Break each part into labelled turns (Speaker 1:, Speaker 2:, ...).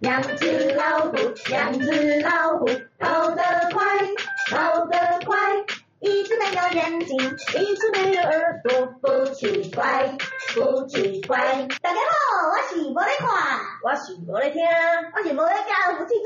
Speaker 1: 两只老虎，两只老虎，跑得快，跑得快。一只没有眼睛，一只没有耳朵，不奇怪，不奇怪。
Speaker 2: 大家好，我是无咧看，
Speaker 1: 我是无咧听，
Speaker 2: 我是无咧教，我是猪。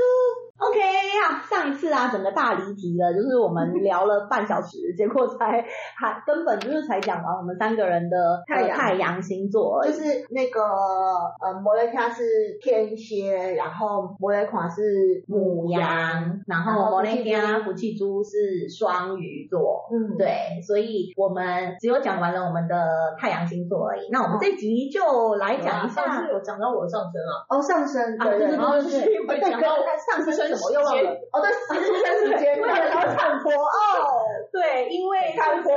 Speaker 3: OK 啊，上一次啊，整个大离题了，就是我们聊了半小时，结果才还根本就是才讲完我们三个人的
Speaker 1: 太阳
Speaker 3: 呃太阳星座而已，
Speaker 4: 就是那个呃，摩羯卡是天蝎，然后摩羯款是
Speaker 3: 母羊，然后摩雷加福气猪是双鱼座。
Speaker 4: 嗯，
Speaker 3: 对，所以我们只有讲完了我们的太阳星座而已。那我们这集就来讲一下，
Speaker 1: 上次哦有讲到我的上升啊，
Speaker 4: 哦，上升，
Speaker 3: 啊
Speaker 4: 对
Speaker 3: 对对
Speaker 4: 对对
Speaker 3: 对
Speaker 4: 哦
Speaker 3: 对对，
Speaker 4: 对，跟上升是什么又忘了？哦， 对，时间时间，
Speaker 3: 为了聊
Speaker 4: 产婆哦，
Speaker 3: 对，因为
Speaker 4: 产婆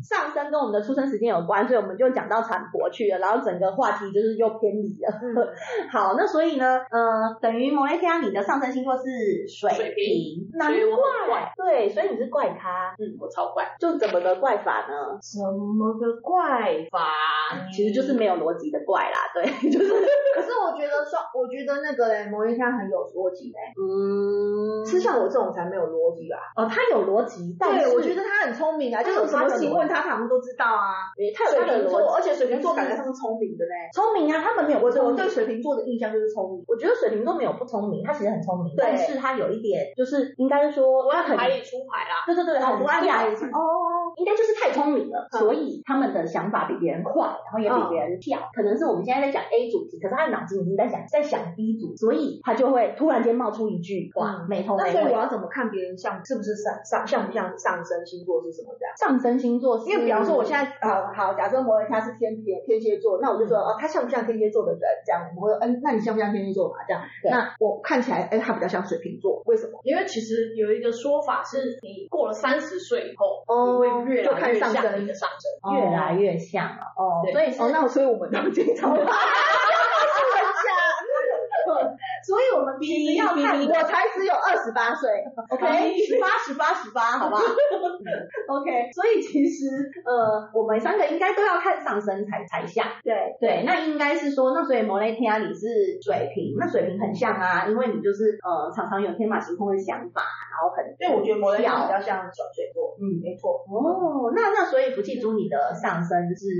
Speaker 3: 上升跟我们的出生时间有关，所以我们就讲到产婆去了，然后整个话题就是又偏离了。
Speaker 1: 嗯
Speaker 3: 好，那所以呢，呃，等于摩羯天你的上升星座是水
Speaker 5: 水
Speaker 3: 瓶，难
Speaker 5: 所以我很怪，
Speaker 3: 对，所以你是怪咖，
Speaker 5: 嗯，我超怪，
Speaker 3: 就怎么个怪法呢？
Speaker 5: 什么个怪法？
Speaker 3: 其实就是没有逻辑的怪啦，对， 就是
Speaker 4: 可是我觉得双，我觉得那个嘞，摩羯卡很有逻辑嘞，
Speaker 3: 嗯，
Speaker 4: 是像我这种才没有逻辑吧？
Speaker 3: 哦，他有逻辑，但是
Speaker 4: 对，我觉得他很聪明啊，就是有什么情问他，他们都知道啊。
Speaker 3: 他有
Speaker 4: 水
Speaker 3: 他的
Speaker 4: 瓶
Speaker 3: 逻
Speaker 4: 座，
Speaker 3: 辑，
Speaker 4: 而且水瓶座感觉他是聪明的嘞。
Speaker 3: 聪明啊，他们没有不
Speaker 4: 我我
Speaker 3: 聪明
Speaker 4: 对。水瓶座的印象就是聪明，
Speaker 3: 我觉得水瓶座没有不聪明，他其实很聪明，
Speaker 4: 对
Speaker 3: 但是他有一点就是应该说，
Speaker 5: 我按
Speaker 3: 很
Speaker 5: 牌理出牌啦，
Speaker 3: 对对对，很
Speaker 4: 不按
Speaker 3: 跳
Speaker 4: 牌理出
Speaker 3: 哦，应该就是太聪明了，
Speaker 4: 嗯
Speaker 3: 所以他们的想法比别人快，然后也比别人跳。可能是我们现在在讲 A 主题，可是他的脑筋已经在想在想 B 组，所以他就会突然间冒出一句哇，
Speaker 4: 嗯
Speaker 3: 没头
Speaker 4: 那
Speaker 3: 没
Speaker 4: 所以我
Speaker 3: 尾。
Speaker 4: 要怎么看别人像是不是上上像不像上升星座是什么这样？
Speaker 3: 上升星座是，
Speaker 4: 因为比方说我现在啊、好，假设摩羯他是天蝎天蝎座，那我就说哦，他像不像天蝎座的人？这样我们会说，嗯，那你像不像天蝎座嘛？这样，
Speaker 3: 对
Speaker 4: 那我看起来，哎，他比较像水瓶座，为什么？
Speaker 5: 因为其实有一个说法是，你过了三十岁以后，
Speaker 4: 哦
Speaker 5: 你会越
Speaker 4: 就
Speaker 5: 来
Speaker 4: 看
Speaker 5: 越
Speaker 4: 上
Speaker 5: 像
Speaker 4: 升
Speaker 5: 你的上升。
Speaker 3: 越来越像了哦，
Speaker 5: 对
Speaker 3: 所以是
Speaker 4: 哦，那我所以我们都经 常
Speaker 3: 所以我们必须要看你
Speaker 4: 我才只有二十八岁，
Speaker 3: OK，八十八十八， 好吧？OK，所以其实呃，我们三个应该都要看上升才才像。
Speaker 4: 对，
Speaker 3: 对，那应该是说，那所以摩雷天啊，你是水瓶，那水瓶很像啊，因为你就是呃常常有天马行空的想法，然后很
Speaker 4: 因为我觉得摩羯
Speaker 3: 跳
Speaker 4: 比较像水水座，
Speaker 3: 嗯
Speaker 4: 没错，
Speaker 3: 哦，那那所以福气猪你的上升是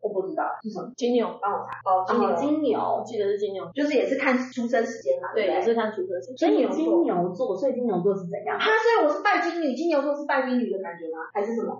Speaker 4: 我不知道是什么，
Speaker 5: 金牛，
Speaker 4: 帮我查哦，金
Speaker 3: 哦
Speaker 4: 牛
Speaker 3: 金
Speaker 5: 我
Speaker 3: 牛，
Speaker 5: 记得是金牛，
Speaker 4: 就是也是看出生时间嘛，
Speaker 5: 对，
Speaker 4: 不
Speaker 5: 也是看出生星。
Speaker 3: 所以你
Speaker 4: 金牛
Speaker 3: 金牛
Speaker 4: 座
Speaker 3: 座，所以金牛座是怎样？
Speaker 4: 他啊所以我是拜金女，金牛座是拜金女的感觉吗？还是什么？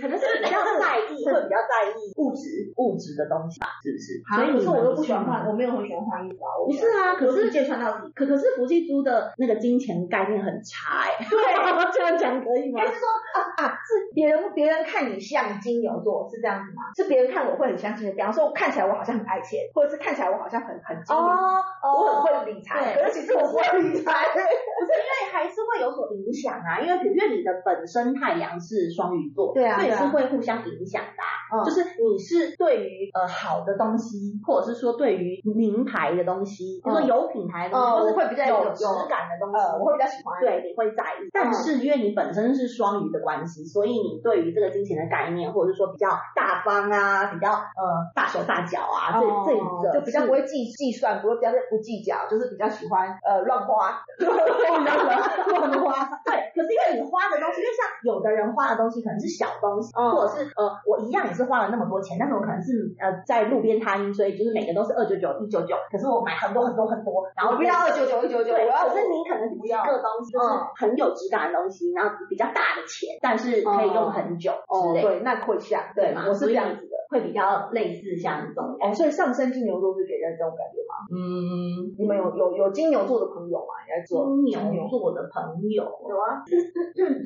Speaker 3: 可能是比较在意，会比较在意物质物质的东西吧，是不是？所以
Speaker 4: 可
Speaker 3: 你
Speaker 4: 是我
Speaker 3: 们
Speaker 4: 又不喜欢
Speaker 3: 吗
Speaker 4: 换，我没有很喜欢换衣服啊。我
Speaker 3: 不是啊可是
Speaker 4: 我直接穿到底。
Speaker 3: 可可是福气猪的那个金钱概念很差哎、
Speaker 4: 对
Speaker 3: 这样讲可以吗
Speaker 4: 还？是说啊啊，是别人别人看你像金牛座是这样子吗？是别人看我会很像金牛，比方说我看起来我好像很爱钱，或者是看起来我好像很很精明，我很会理财，
Speaker 3: 哦对
Speaker 4: 可是其实我不会理财。
Speaker 3: 对，还是会有所影响啊，因为因为你的本身太阳是双鱼座，
Speaker 4: 对啊
Speaker 3: 所以
Speaker 4: 对啊
Speaker 3: 是会互相影响的啊、
Speaker 4: 嗯
Speaker 3: 就是你是对于呃好的东西，或者是说对于名牌的东西，比如说
Speaker 4: 嗯
Speaker 3: 有品牌的东西，
Speaker 4: 嗯
Speaker 3: 或者
Speaker 4: 我会比较
Speaker 3: 有
Speaker 4: 有
Speaker 3: 质感的东西，
Speaker 4: 呃，我会比较喜欢。
Speaker 3: 对，你会在意，但是因为你本身是双鱼的关系，所以你对于这个金钱的概念，或者是说比较大方啊，比较呃大手大脚啊，这、
Speaker 4: 哦
Speaker 3: 这一个
Speaker 4: 就比较不
Speaker 3: 会
Speaker 4: 会计计算，不会比较不计较，就是比较喜欢呃乱花， 乱
Speaker 3: 乱花。 对，可是因为你花的东西，就像有的人花的东西可能是小东西，
Speaker 4: 嗯
Speaker 3: 或者是呃我一样也是花了那么多钱，但是我可能是呃在路边摊，所以就是每个都是二九九一九九，可是我买很多很多很多，然后
Speaker 4: 我不要二九九一九九，
Speaker 3: 对，
Speaker 4: 我要
Speaker 3: 可是你可能是
Speaker 4: 不
Speaker 3: 一
Speaker 4: 要嗯
Speaker 3: 个东西，就是很有质感的东西，然后比较大的钱，但是可以用很久之
Speaker 4: 哦，
Speaker 3: 类的，
Speaker 4: 对，那会像
Speaker 3: 对嘛？
Speaker 4: 我是这样子。
Speaker 3: 子的，会比较类似像这种。
Speaker 4: 哦，所以上升金牛座是给人这种感觉吗？
Speaker 3: 嗯，
Speaker 4: 你们有有有金牛座的朋友吗？应该做
Speaker 3: 金牛座的朋友，
Speaker 4: 有啊，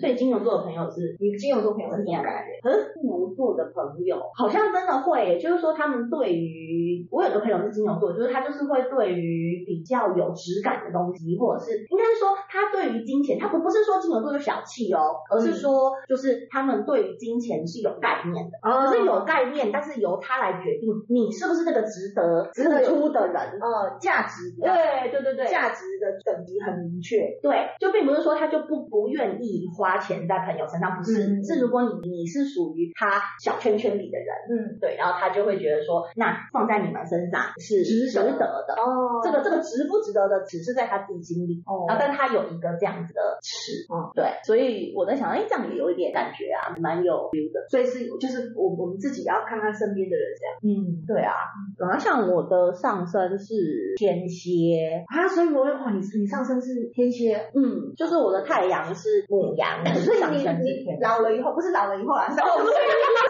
Speaker 3: 所以金牛座的朋友是。
Speaker 4: 你金牛座朋友是这样感觉？
Speaker 3: 可是金牛座的朋友好像真的会耶，就是说他们对于我有个朋友是金牛座，就是他就是会对于比较有质感的东西，或者是应该是说他对于金钱，他不不是说金牛座就小气哦，而是说就是他们对于金钱是有概念的。
Speaker 4: 啊
Speaker 3: 可是有概念，但是由他来决定你是不是那个值得
Speaker 4: 值得有
Speaker 3: 付出的人，
Speaker 4: 呃价值比较
Speaker 3: 对对对对，
Speaker 4: 价值的等级很明确，
Speaker 3: 对，就并不是说他就不不愿意花钱在朋友身上，不是，
Speaker 4: 嗯
Speaker 3: 是如果你你是属于他小圈圈里的人，
Speaker 4: 嗯，
Speaker 3: 对，然后他就会觉得说，那放在你们身上是值
Speaker 4: 值得
Speaker 3: 得的。
Speaker 4: 哦
Speaker 3: 这个这个值不值得的，只是在他自己心里，
Speaker 4: 哦
Speaker 3: 然后但他有一个这样子的尺，
Speaker 4: 哦
Speaker 3: 对，所以我在想，哎，这样也有一点感觉啊，蛮有 feel 的，
Speaker 4: 所以是就是我我们自己要看看身边的人这样
Speaker 3: 嗯，对啊，然后像我的上身是天蝎，
Speaker 4: 啊，所以我会哇，你你上身是天蝎，嗯
Speaker 3: 嗯，就是我的太阳是母羊，我
Speaker 4: 所以
Speaker 3: 上
Speaker 4: 你
Speaker 3: 身是
Speaker 4: 你
Speaker 3: 天。
Speaker 4: 老了以后不是老了以后
Speaker 3: 哦
Speaker 4: 啊，三十岁，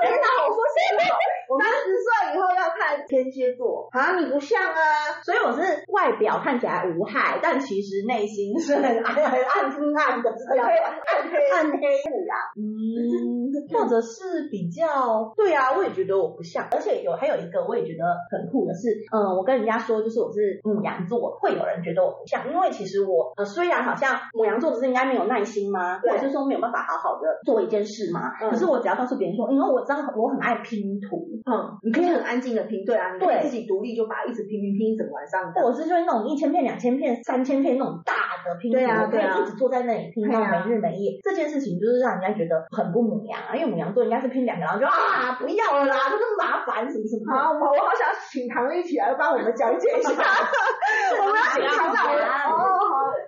Speaker 3: 天哪，我说谁了？
Speaker 4: 三十岁以后要看天蝎座啊，你不像啊，
Speaker 3: 所以我是外表看起来无害，但其实内心是很暗、很暗、很暗的，知 道吗？
Speaker 4: 暗黑
Speaker 3: 暗黑母羊，嗯，或者是比较对啊，我也觉得我不像，而且有还有一个我也觉得很酷的是，嗯，我跟人家说就是我是母羊座，会有人觉得我不像，因为其实我呃虽然好像母羊座不是应该没有耐心吗？
Speaker 4: 对
Speaker 3: 或者是说没有办法好好的做一件事吗？
Speaker 4: 嗯
Speaker 3: 可是我只要告诉别人说，因为我知道我很爱拼图，
Speaker 4: 嗯，你可以很安静的拼，对啊，你可
Speaker 3: 对
Speaker 4: 以自己独立就把一直拼拼拼一整晚上，
Speaker 3: 或者是就是那种一千片、两千片、三千片那种大的拼图，
Speaker 4: 对啊
Speaker 3: 我可
Speaker 4: 对啊
Speaker 3: 以一直坐在那里拼到
Speaker 4: 对啊
Speaker 3: 没日没夜。这件事情就是让人家觉得很不母羊啊，因为母羊座应该是拼两个，然后就啊不要了啦，这个麻烦什么什么。
Speaker 4: 好，我我好想请唐丽起来帮我们讲解一下，我们要请唐老师哦，好，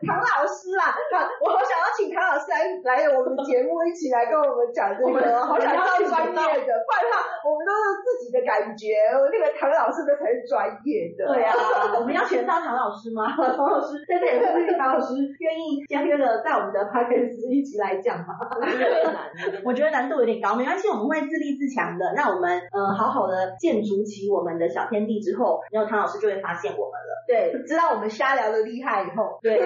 Speaker 4: 唐老师啊，唐，我好想要请唐老师来来我们的节目一起来跟我们讲这
Speaker 3: 我们
Speaker 4: 个，好想
Speaker 3: 我
Speaker 4: 要
Speaker 3: 们要
Speaker 4: 专业的，不然的话我们都是自己的感觉，那个唐老师的才是专业的。
Speaker 3: 对啊，我们要选到唐老师 吗？唐老师
Speaker 4: 真的也呼吁唐老师愿意相约的在我们的 podcast 一起来讲嘛？
Speaker 3: 我觉得难度有点高，没关系，我们会自立自强的。让我们呃好好的建筑起我们的小天地之后，然后唐老师就会发现我们了。
Speaker 4: 对，知道我们瞎聊的厉害以后，
Speaker 3: 对，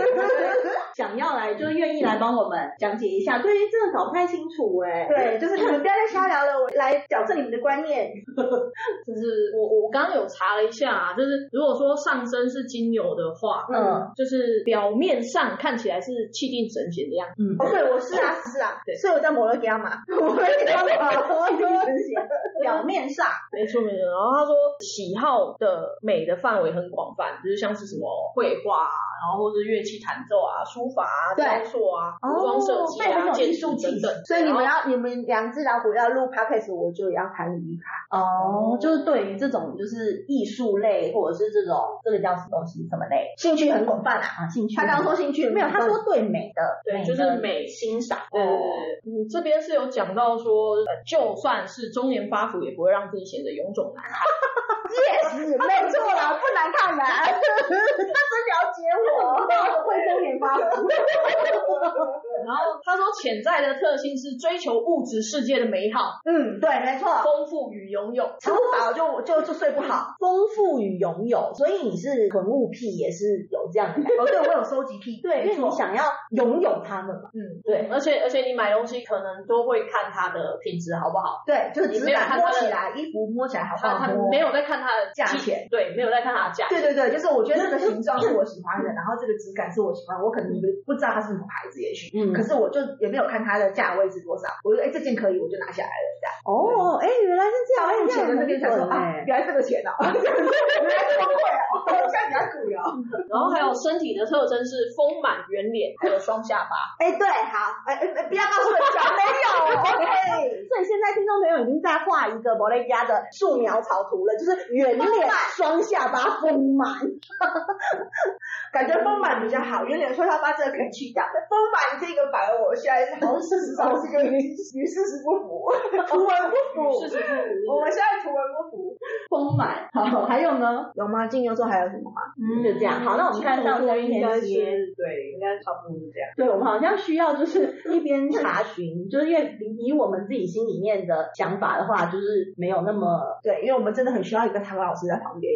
Speaker 3: 想要来就愿意来帮我们讲解一下，对于这个搞不太清楚哎、
Speaker 4: 对，就是你们不要再瞎聊了，我来矫正你们的观念。
Speaker 5: 就是我我刚刚有查了一下、啊，就是如果说上身是金牛的话，
Speaker 3: 嗯，
Speaker 5: 就是表面上看起来是气定神闲的样子，
Speaker 3: 嗯
Speaker 4: 哦，对，我是啊，是啊，
Speaker 5: 对
Speaker 4: 所以我在摩洛哥嘛，我也在摩洛哥之前，表面上
Speaker 5: 没错没错。然后他说喜好的美的范围很广泛，就是像是什么绘画啊，然后或是乐器弹奏啊、书法啊、
Speaker 4: 对
Speaker 5: 雕塑啊、服装设计
Speaker 3: 哦对很
Speaker 5: 啊、
Speaker 3: 有
Speaker 5: 建
Speaker 3: 艺术
Speaker 5: 筑
Speaker 3: 气
Speaker 5: 等
Speaker 3: 息
Speaker 5: 等。
Speaker 4: 所以你们要你们两只老虎要录 podcast，我就要谈语卡，
Speaker 3: 哦，就是对于这种就是艺术类或者是这种这个叫什么东西什么类
Speaker 4: 兴趣很广泛啊。
Speaker 3: 啊兴趣？
Speaker 4: 他刚刚说兴趣
Speaker 3: 没有，他说对美的，哦
Speaker 5: 对，就
Speaker 3: 的
Speaker 5: 是美
Speaker 3: 欣赏。
Speaker 5: 对对对，你嗯这边是有讲到说，呃就算是中年发福，也不会让自己显得臃肿难看。
Speaker 4: yes，没错啦，不难看啦，他真了解我，会中年发福，
Speaker 5: 然后他说，潜在的特性是追求物质世界的美好、
Speaker 4: 嗯，对，没错，
Speaker 5: 丰富与拥有。
Speaker 4: 吃不饱就就就睡不好。
Speaker 3: 丰富与拥有，所以你是囤物癖也是有这样的感觉。
Speaker 4: 哦，对，我有收集癖，
Speaker 3: 对，因为
Speaker 4: 没
Speaker 3: 你
Speaker 4: 错，
Speaker 3: 想要拥有它们嘛。
Speaker 5: 嗯，
Speaker 3: 对
Speaker 5: 而且而且你买东西可能都会看它的品质好不好，
Speaker 4: 对，就是
Speaker 5: 你
Speaker 4: 质
Speaker 5: 没有
Speaker 4: 感
Speaker 5: 看
Speaker 4: 摸
Speaker 5: 他的
Speaker 4: 起来，衣服摸起来好不
Speaker 5: 他
Speaker 4: 好
Speaker 5: 他
Speaker 4: 摸
Speaker 5: 没。有在看它的
Speaker 4: 价
Speaker 5: 技
Speaker 4: 钱，
Speaker 5: 对，没有在看它的价 钱。
Speaker 4: 对对对，就是我觉得这个形状是我喜欢的，然后这个质感是我喜欢，我可能不不知道它是什么牌子，也许，
Speaker 3: 嗯
Speaker 4: 可是我就也没有看它的价位是多少，我就哎这件可以，我就拿下来了。
Speaker 3: 哦，哎，原来是这
Speaker 4: 到目前的那边才说啊，
Speaker 3: 哎
Speaker 4: 原来这个 钱哦，原来这么贵哦，现在比较贵哦。
Speaker 5: 然后还有身体的特征是丰满圆脸，还有双下巴。
Speaker 4: 哎，对，好，哎哎哎，不要告诉我小没有，OK。
Speaker 3: 所以现在听众朋友已经在画一个摩雷家的素描草图了，就是圆脸、双下巴丰满。
Speaker 4: 感觉丰满比较好，圆脸说他把这个可以去掉，丰满这个反而我现在好像事实上是跟与与事实不符， 图文不符
Speaker 5: 事，实不 如
Speaker 4: 我们现在图文不符。
Speaker 3: 丰满。好，还有呢？
Speaker 4: 有嗯吗？金牛座还有什么吗？
Speaker 3: 就这样。好，那我们看上升天蝎。
Speaker 4: 对，应该差哦不多是这样。
Speaker 3: 对，我们好像需要就是一边查询，就是因为以以我们自己心里面的想法的话，就是没有那 么
Speaker 4: 对，因为我们真的很需要一个唐老师在旁边。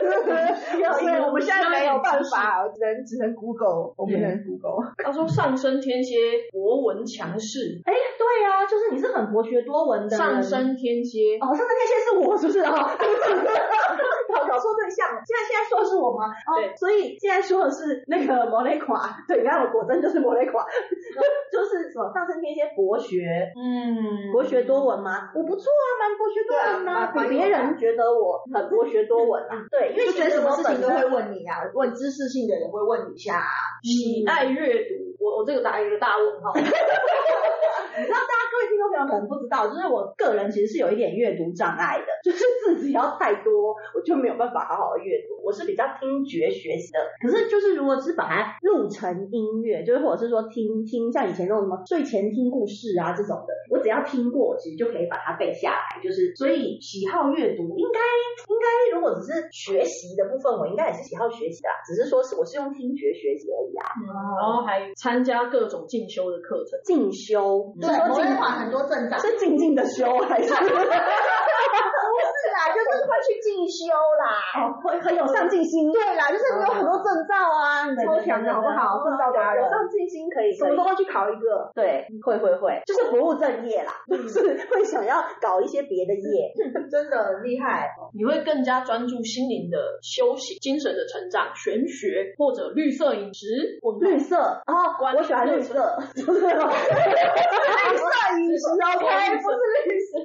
Speaker 4: 对，我们现在没有办法，只能只能 Google，我们只能 Google。
Speaker 5: 他说上升天蝎博闻强势，
Speaker 3: 哎，对啊，就是你是很博学多闻的人哦
Speaker 5: 上升天蝎
Speaker 3: 哦，上升天蝎是我是不是啊？搞搞错对象了，现在现在说的是我吗？对，所以现在说的是那个摩雷垮，对，你看我果真就是摩雷垮， 就是什么上升天蝎博学，
Speaker 5: 嗯
Speaker 3: 博学多闻吗？我不错啊，蛮博学多闻啊，比别人觉得我很博学多闻啊。对，因为
Speaker 4: 嗯就
Speaker 3: 其
Speaker 4: 觉得
Speaker 3: 实
Speaker 4: 什么
Speaker 3: 我
Speaker 4: 事
Speaker 3: 本
Speaker 4: 情都
Speaker 3: 身
Speaker 4: 会问你啊，问知识性的也会问你一下、啊。
Speaker 5: 喜爱阅读，我我这个打一个大问号。
Speaker 3: 你知道，大家各位听众朋友可能不知道，就是我个人其实是有一点阅读障碍的， 就是字只要太多，我就没有办法好好的阅读。我是比较听觉学习的，可是就是如果是把它录成音乐，就是或者是说听听像以前那种什么睡前听故事啊这种的，我只要听过，其实就可以把它背下来。就是所以喜好阅读应该应该，如果只是学习的部分，我应该也是喜好学习的啦，只是说是我是用听觉学习而已啊。
Speaker 5: 然后还参加各种进修的课程。
Speaker 3: 进修，
Speaker 2: 对，摩天款很多症长，
Speaker 3: 是静静的修还是？
Speaker 4: 是啦，就是会去进修啦。
Speaker 3: 很很有上进心，
Speaker 4: 对啦，就是你有很多证照啊，你超强的好不好？证照达人
Speaker 3: 有，上进心可以，
Speaker 4: 什
Speaker 3: 可
Speaker 4: 么
Speaker 3: 以
Speaker 4: 都。要去考一个。
Speaker 3: 对，会会会，嗯就是不务正业啦，就是会想要搞一些别的业。
Speaker 4: 真的很厉害，
Speaker 5: 你会更加专注心灵的修行、精神的成长、玄学或者绿色饮食、文化
Speaker 3: 绿色哦，
Speaker 5: 观
Speaker 3: 我喜欢绿色，就是绿 色饮食 OK，不是绿色，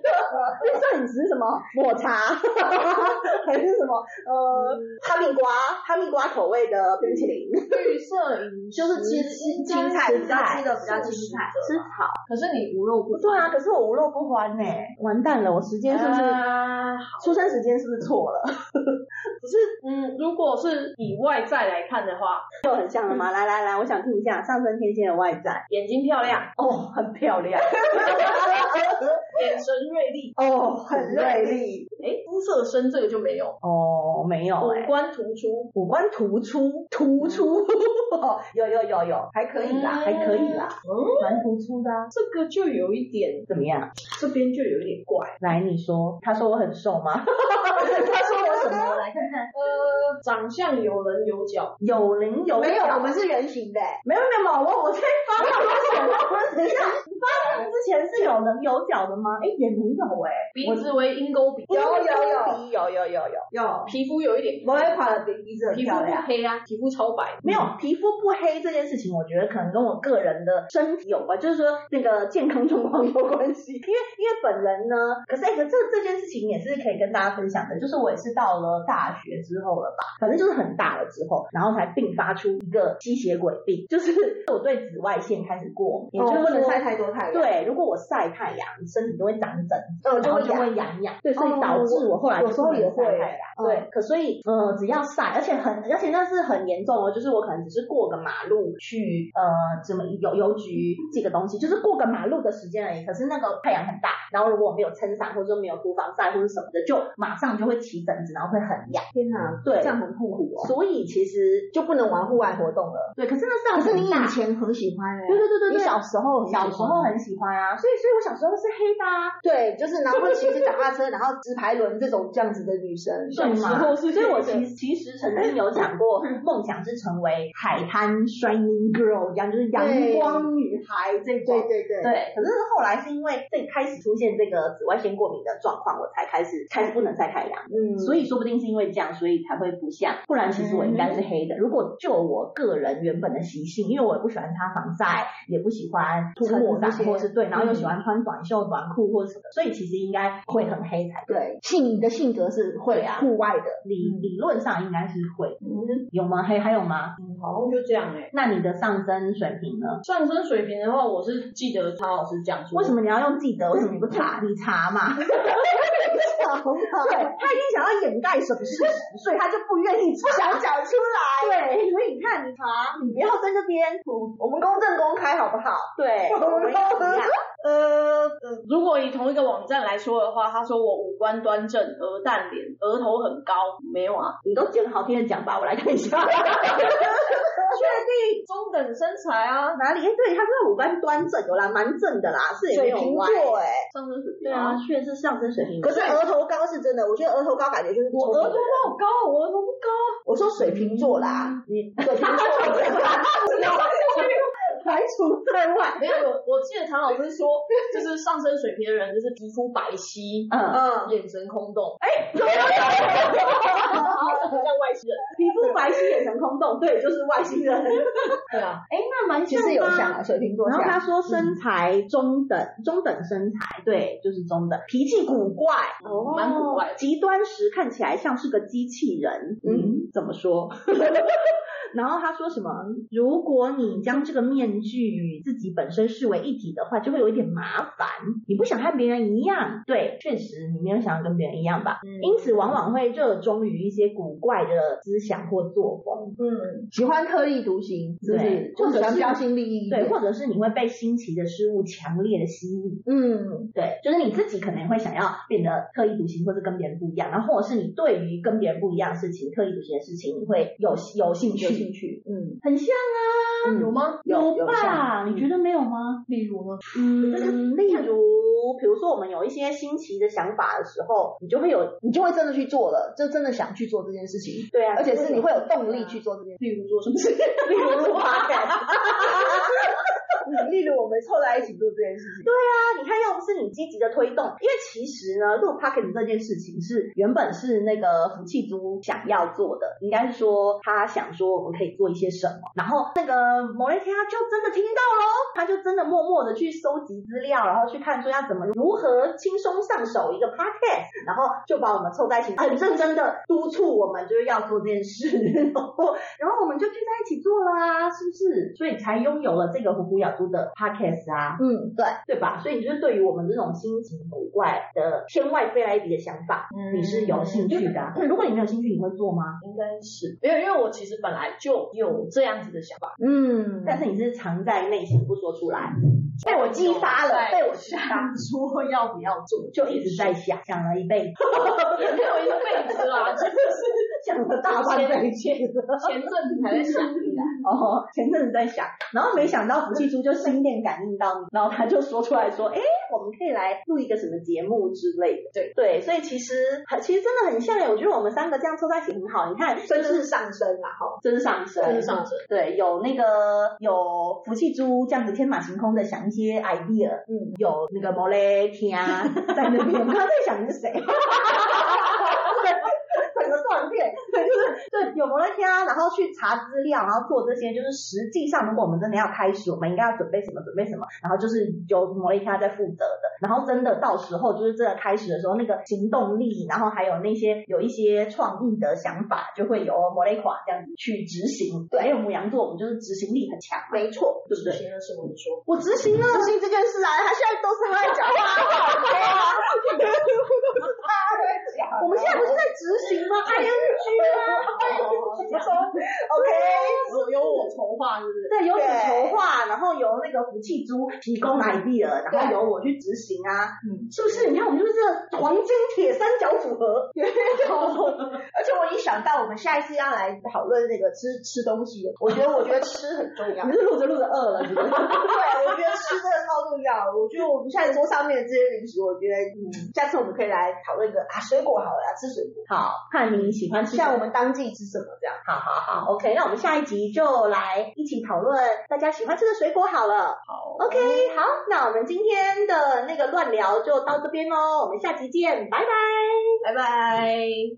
Speaker 3: 绿色饮食是什么抹茶 还是什么呃哈密瓜哈密瓜口味的冰淇淋？
Speaker 5: 绿色饮食
Speaker 4: 就是吃青青菜，比较吃的比较青菜。
Speaker 5: 吃草。可是你无肉不
Speaker 3: 对啊，可是我无肉不欢呢、完蛋了，我时间是不是、
Speaker 5: 啊
Speaker 3: 出生时间是不是错了？
Speaker 5: 嗯，如果是以外在来看的话，
Speaker 3: 就很像了吗？来来来，我想听一下上升天蝎的外在。
Speaker 5: 眼睛漂亮，
Speaker 3: 哦，很漂亮，
Speaker 5: 眼神锐利，
Speaker 3: 哦，很锐利。
Speaker 5: 哎，肤色深这个就没有，
Speaker 3: 哦，没有哎、
Speaker 5: 五官突出，
Speaker 3: 五官突出，突 出，有有有有，还可以啦，
Speaker 5: 嗯
Speaker 3: 还可以啦，
Speaker 5: 嗯，
Speaker 3: 蛮突出的、啊。
Speaker 5: 这个就有一点，
Speaker 3: 怎么样？
Speaker 5: 这边就有一点怪，
Speaker 3: 来，你说，他说我很瘦 吗？他说我什么？来看看，
Speaker 5: 呃，长相有棱有角，
Speaker 3: 有棱有角
Speaker 4: 没有，我们是圆形的、
Speaker 3: 没有没有，我我在发胖之前，我等一下，你发胖之前是有棱有角的吗？哎，也没有哎、
Speaker 5: 鼻子为鹰钩鼻，
Speaker 4: 有有有
Speaker 3: 有有有有有，
Speaker 4: 有，
Speaker 5: 皮肤有一点
Speaker 4: 摩雷款的鼻鼻子很
Speaker 5: 皮肤
Speaker 4: 漂
Speaker 5: 不
Speaker 4: 亮，
Speaker 5: 黑啊，皮肤超白，
Speaker 3: 没有皮肤不黑这件事情，我觉得可能跟我个人的身体有关，就是说那个健康状况有关系。因为 因为本人呢，可是、哎可是这这件事情也是可以跟大家分享的，就是我也是到了大学之后了吧，反正就是很大了之后，然后才并发出一个吸血鬼病，就是我对紫外线开始过敏，也就是
Speaker 4: 哦不能
Speaker 3: 说
Speaker 4: 晒太多太阳，
Speaker 3: 对，如果我晒太阳，身体就会长疹子，
Speaker 4: 嗯
Speaker 3: 然后哦就
Speaker 4: 就会
Speaker 3: 会痒痒，对，所以
Speaker 4: 哦
Speaker 3: 导致我后来
Speaker 4: 有时候
Speaker 3: 就不能
Speaker 4: 也会
Speaker 3: 晒太阳
Speaker 4: 嗯
Speaker 3: 对，可所以呃，只要晒，而且很，而且那是很严重哦，就是我可能只是过个马路去呃，怎么邮邮局寄个东西，就是过个马路的时间而已，可是那个太阳很大，然后如果我没有撑伞或者说没有涂防晒或者什么的，就马上就会起疹子，然后会很痒，
Speaker 4: 天哪，
Speaker 3: 对
Speaker 4: 这样很痛苦哦，
Speaker 3: 所以其实
Speaker 4: 就不能玩户外活动了。
Speaker 3: 对，可是那
Speaker 4: 可
Speaker 3: 是
Speaker 4: 是
Speaker 3: 很
Speaker 4: 你
Speaker 3: 大
Speaker 4: 以前很喜欢哎、
Speaker 3: 对对对对对，
Speaker 4: 你小时候很喜欢
Speaker 3: 小时候很喜欢啊，所以所以我小时候是黑的啊，
Speaker 4: 对，就是然后骑着脚踏车，然后直排轮这种这样子的女生，
Speaker 3: 对嘛？所以我其其实曾经有讲过，梦想是成为海滩 shining girl 一样，就是阳光女孩这
Speaker 4: 对
Speaker 3: 种。
Speaker 4: 对对，
Speaker 3: 对，可是后来是因为这开始出现这个紫外线过敏的状况，我才开始开始不能晒太阳，
Speaker 4: 嗯，
Speaker 3: 所以说不定是因为这样，所以才会不像，不然其实我应该是黑的。如果就我个人原本的习性，因为我也不喜欢擦防晒，也不喜欢涂抹
Speaker 4: 涂抹这
Speaker 3: 伞
Speaker 4: 些
Speaker 3: 或是对，然后又喜欢穿短袖短裤或什么，所以其实应该会很黑才对。
Speaker 4: 对性你的性格是会
Speaker 3: 对啊
Speaker 4: 户外的，
Speaker 3: 理理论上应该是会，
Speaker 5: 嗯，
Speaker 3: 有吗？还还有吗？
Speaker 5: 好像就这样哎、
Speaker 3: 那你的上升水平呢？
Speaker 5: 上升水平的话，我是记得曹老师讲说，
Speaker 3: 为什么你要用记得？为什么你不查？你查 嘛。对，他一定想要掩盖什么事实，所以他就不愿意想讲出来。对，所以你看，你查，你不要在这边吐。
Speaker 4: 我们公正公开好不好？
Speaker 3: 对，我们要一样
Speaker 4: 呃，
Speaker 5: 如果以同一个网站来说的话，他说我五官端正，鹅蛋脸，额头很高，没有啊，
Speaker 3: 你都捡好听的讲吧，我来看一下。
Speaker 5: 确定中等身材啊，
Speaker 3: 哪里？哎，对，他这个五官端正，有啦，蛮正的啦，是也没
Speaker 4: 水
Speaker 3: 有
Speaker 4: 瓶
Speaker 3: 歪。
Speaker 4: 座哎、
Speaker 5: 上升水平
Speaker 3: 对啊，，确实是上升水平。
Speaker 4: 可是额头高是真的，我觉得额头高感觉就是
Speaker 5: 我
Speaker 4: 聪明
Speaker 5: 额头
Speaker 4: 人
Speaker 5: 好高，我额头不高，
Speaker 4: 我说水瓶座啦，
Speaker 3: 你。
Speaker 4: 水瓶座排除在外。
Speaker 5: 没有，我我记得唐老师说， 就是上升水平的人，就是皮肤白皙，
Speaker 3: 嗯，
Speaker 4: 嗯，
Speaker 5: 眼神空洞。哎、怎么又讲了？好，很像外星人。
Speaker 3: 皮肤白皙，眼神空洞，对，就是外星人。
Speaker 5: 对啊，
Speaker 3: 哎，那蛮
Speaker 4: 其
Speaker 3: 像
Speaker 4: 实有
Speaker 3: 吧
Speaker 4: 像啊，水瓶座
Speaker 3: 然后他
Speaker 4: 像。
Speaker 3: 说身材中等，中等身材，对，就是中等，脾气古怪，
Speaker 4: 哦
Speaker 5: 啊蛮古怪的。
Speaker 3: 极端时看起来像是个机器人。嗯，怎么说？ 然后他说什么？如果你将这个面具与自己本身视为一体的话，就会有一点麻烦。你不想和别人一样，对，确实你没有想要跟别人一样吧？
Speaker 5: 嗯
Speaker 3: 因此往往会热衷于一些古怪的思想或作风，
Speaker 4: 嗯，喜欢特立独行，是不是
Speaker 3: 对？
Speaker 4: 就喜
Speaker 3: 或者
Speaker 4: 欢
Speaker 3: 是
Speaker 4: 标新立异一点。
Speaker 3: 对，或者是你会被新奇的事物强烈的吸引。
Speaker 4: 嗯，
Speaker 3: 对，就是你自己可能会想要变得特立独行，或是跟别人不一样，然后或者是你对于跟别人不一样的事情、特立独行的事情，你会有有兴趣，
Speaker 4: 有兴趣。嗯，
Speaker 3: 很像啊，
Speaker 4: 嗯
Speaker 5: 有吗？
Speaker 4: 有嗯有像
Speaker 3: 吧？你觉得没有吗？
Speaker 5: 例如呢？
Speaker 3: 嗯，例如，比如说我们有一些新奇的想法的时候，你就会有，
Speaker 4: 你就会真的去做了，就真的想去做这件事情，
Speaker 3: 对啊，
Speaker 4: 而且 是你会有动力去做这件事。
Speaker 5: 例如做什么事？
Speaker 3: 例如发展。
Speaker 4: 嗯例如我们凑在一起做这件事情，对，
Speaker 3: 啊你看，要不是你积极的推动，因为其实呢，录 p o c k e t 这件事情是原本是那个福气猪想要做的，应该是说他想说我们可以做一些什么，然后那个某雷提他就真的听到喽，他就真的默默的去搜集资料，然后去看说要怎么如何轻松上手一个 podcast，然后就把我们凑在一起，很认真的督促我们就是要做这件事， 然后然后我们就聚在一起做了啊，是不是？所以才拥有了这个虎虎咬猪的 podcast 啊，
Speaker 4: 嗯，对，
Speaker 3: 对吧？所以你就是对于我们这种新奇古怪的天外飞来一笔的想法，你是有兴趣的啊、如果你没有兴趣，你会做吗？
Speaker 5: 应该是没有，因为我其实本来就有这样子的想法，
Speaker 4: 嗯，
Speaker 3: 但是你是藏在内心不说出来，
Speaker 4: 被我激发了，被我
Speaker 5: 想说要不要做，
Speaker 3: 就一直在想，想了一辈子，
Speaker 5: 也 没有一辈子啦，就是
Speaker 3: 想了大半辈子。
Speaker 5: 啊前阵子才在想你啊。
Speaker 3: 哦，前阵子在想，然后没想到福气猪就心电感应到你，然后他就说出来说，哎，我们可以来录一个什么节目之类的。
Speaker 5: 对
Speaker 3: 对，所以其实很其实真的很像耶，我觉得我们三个这样凑在一起很好。你看，
Speaker 4: 真是上升啦，哈，
Speaker 3: 真上升，
Speaker 5: 真上 升。
Speaker 3: 对，有那个有福气猪这样子天马行空的想一些 idea，
Speaker 4: 嗯，
Speaker 3: 有那个毛雷天啊在那边，我刚才在想你是谁。 整个断片，对，就是 对有毛雷天啊，然后去查资料，然后做这些，就是实际上如果我们真的要开始，我们应该要准备什么，准备什么，然后就是由毛雷天啊在负责的，然后真的到时候就是真的开始的时候，那个行动力，然后还有那些有一些创意的想法，就会由摩雷垮这样子去执行。对，因为母羊座我们就是执行力很强，
Speaker 4: 没错，
Speaker 3: 对不对？
Speaker 5: 现在是我们说，
Speaker 3: 我执行了，
Speaker 4: 执行这件事啊，他现在都是他在讲话，他在讲，
Speaker 3: 我们现在不是在执行吗？ING
Speaker 5: 哦
Speaker 4: 哦
Speaker 3: 啊，
Speaker 4: OK，
Speaker 5: 有有我筹划是不是？
Speaker 3: 对，由你筹划，然后由那个福气猪提供 idea，然后由我去执行啊，
Speaker 5: 嗯
Speaker 3: 是不是？你看我们就是这个黄金铁三角组 合，
Speaker 4: 而且我一想到我们下一次要来讨论那个吃吃东西的，我觉得我觉得吃很重要
Speaker 3: 你。是录着录着饿了，是不是？
Speaker 4: 对，我觉得吃真的超重要。我觉得我们现在桌上面的这些零食，我觉得嗯，下次我们可以来讨论一个啊，水果好了啦，吃水果，
Speaker 3: 好，看你喜欢吃什么
Speaker 4: 像我们当季吃什么这样。
Speaker 3: 好好好，OK，那我们下一集就来一起讨论大家喜欢吃的水果好了。
Speaker 5: 好
Speaker 3: OK，好，那我们今天的那个乱聊就到这边喽，我们下集见，拜拜。
Speaker 5: 拜拜。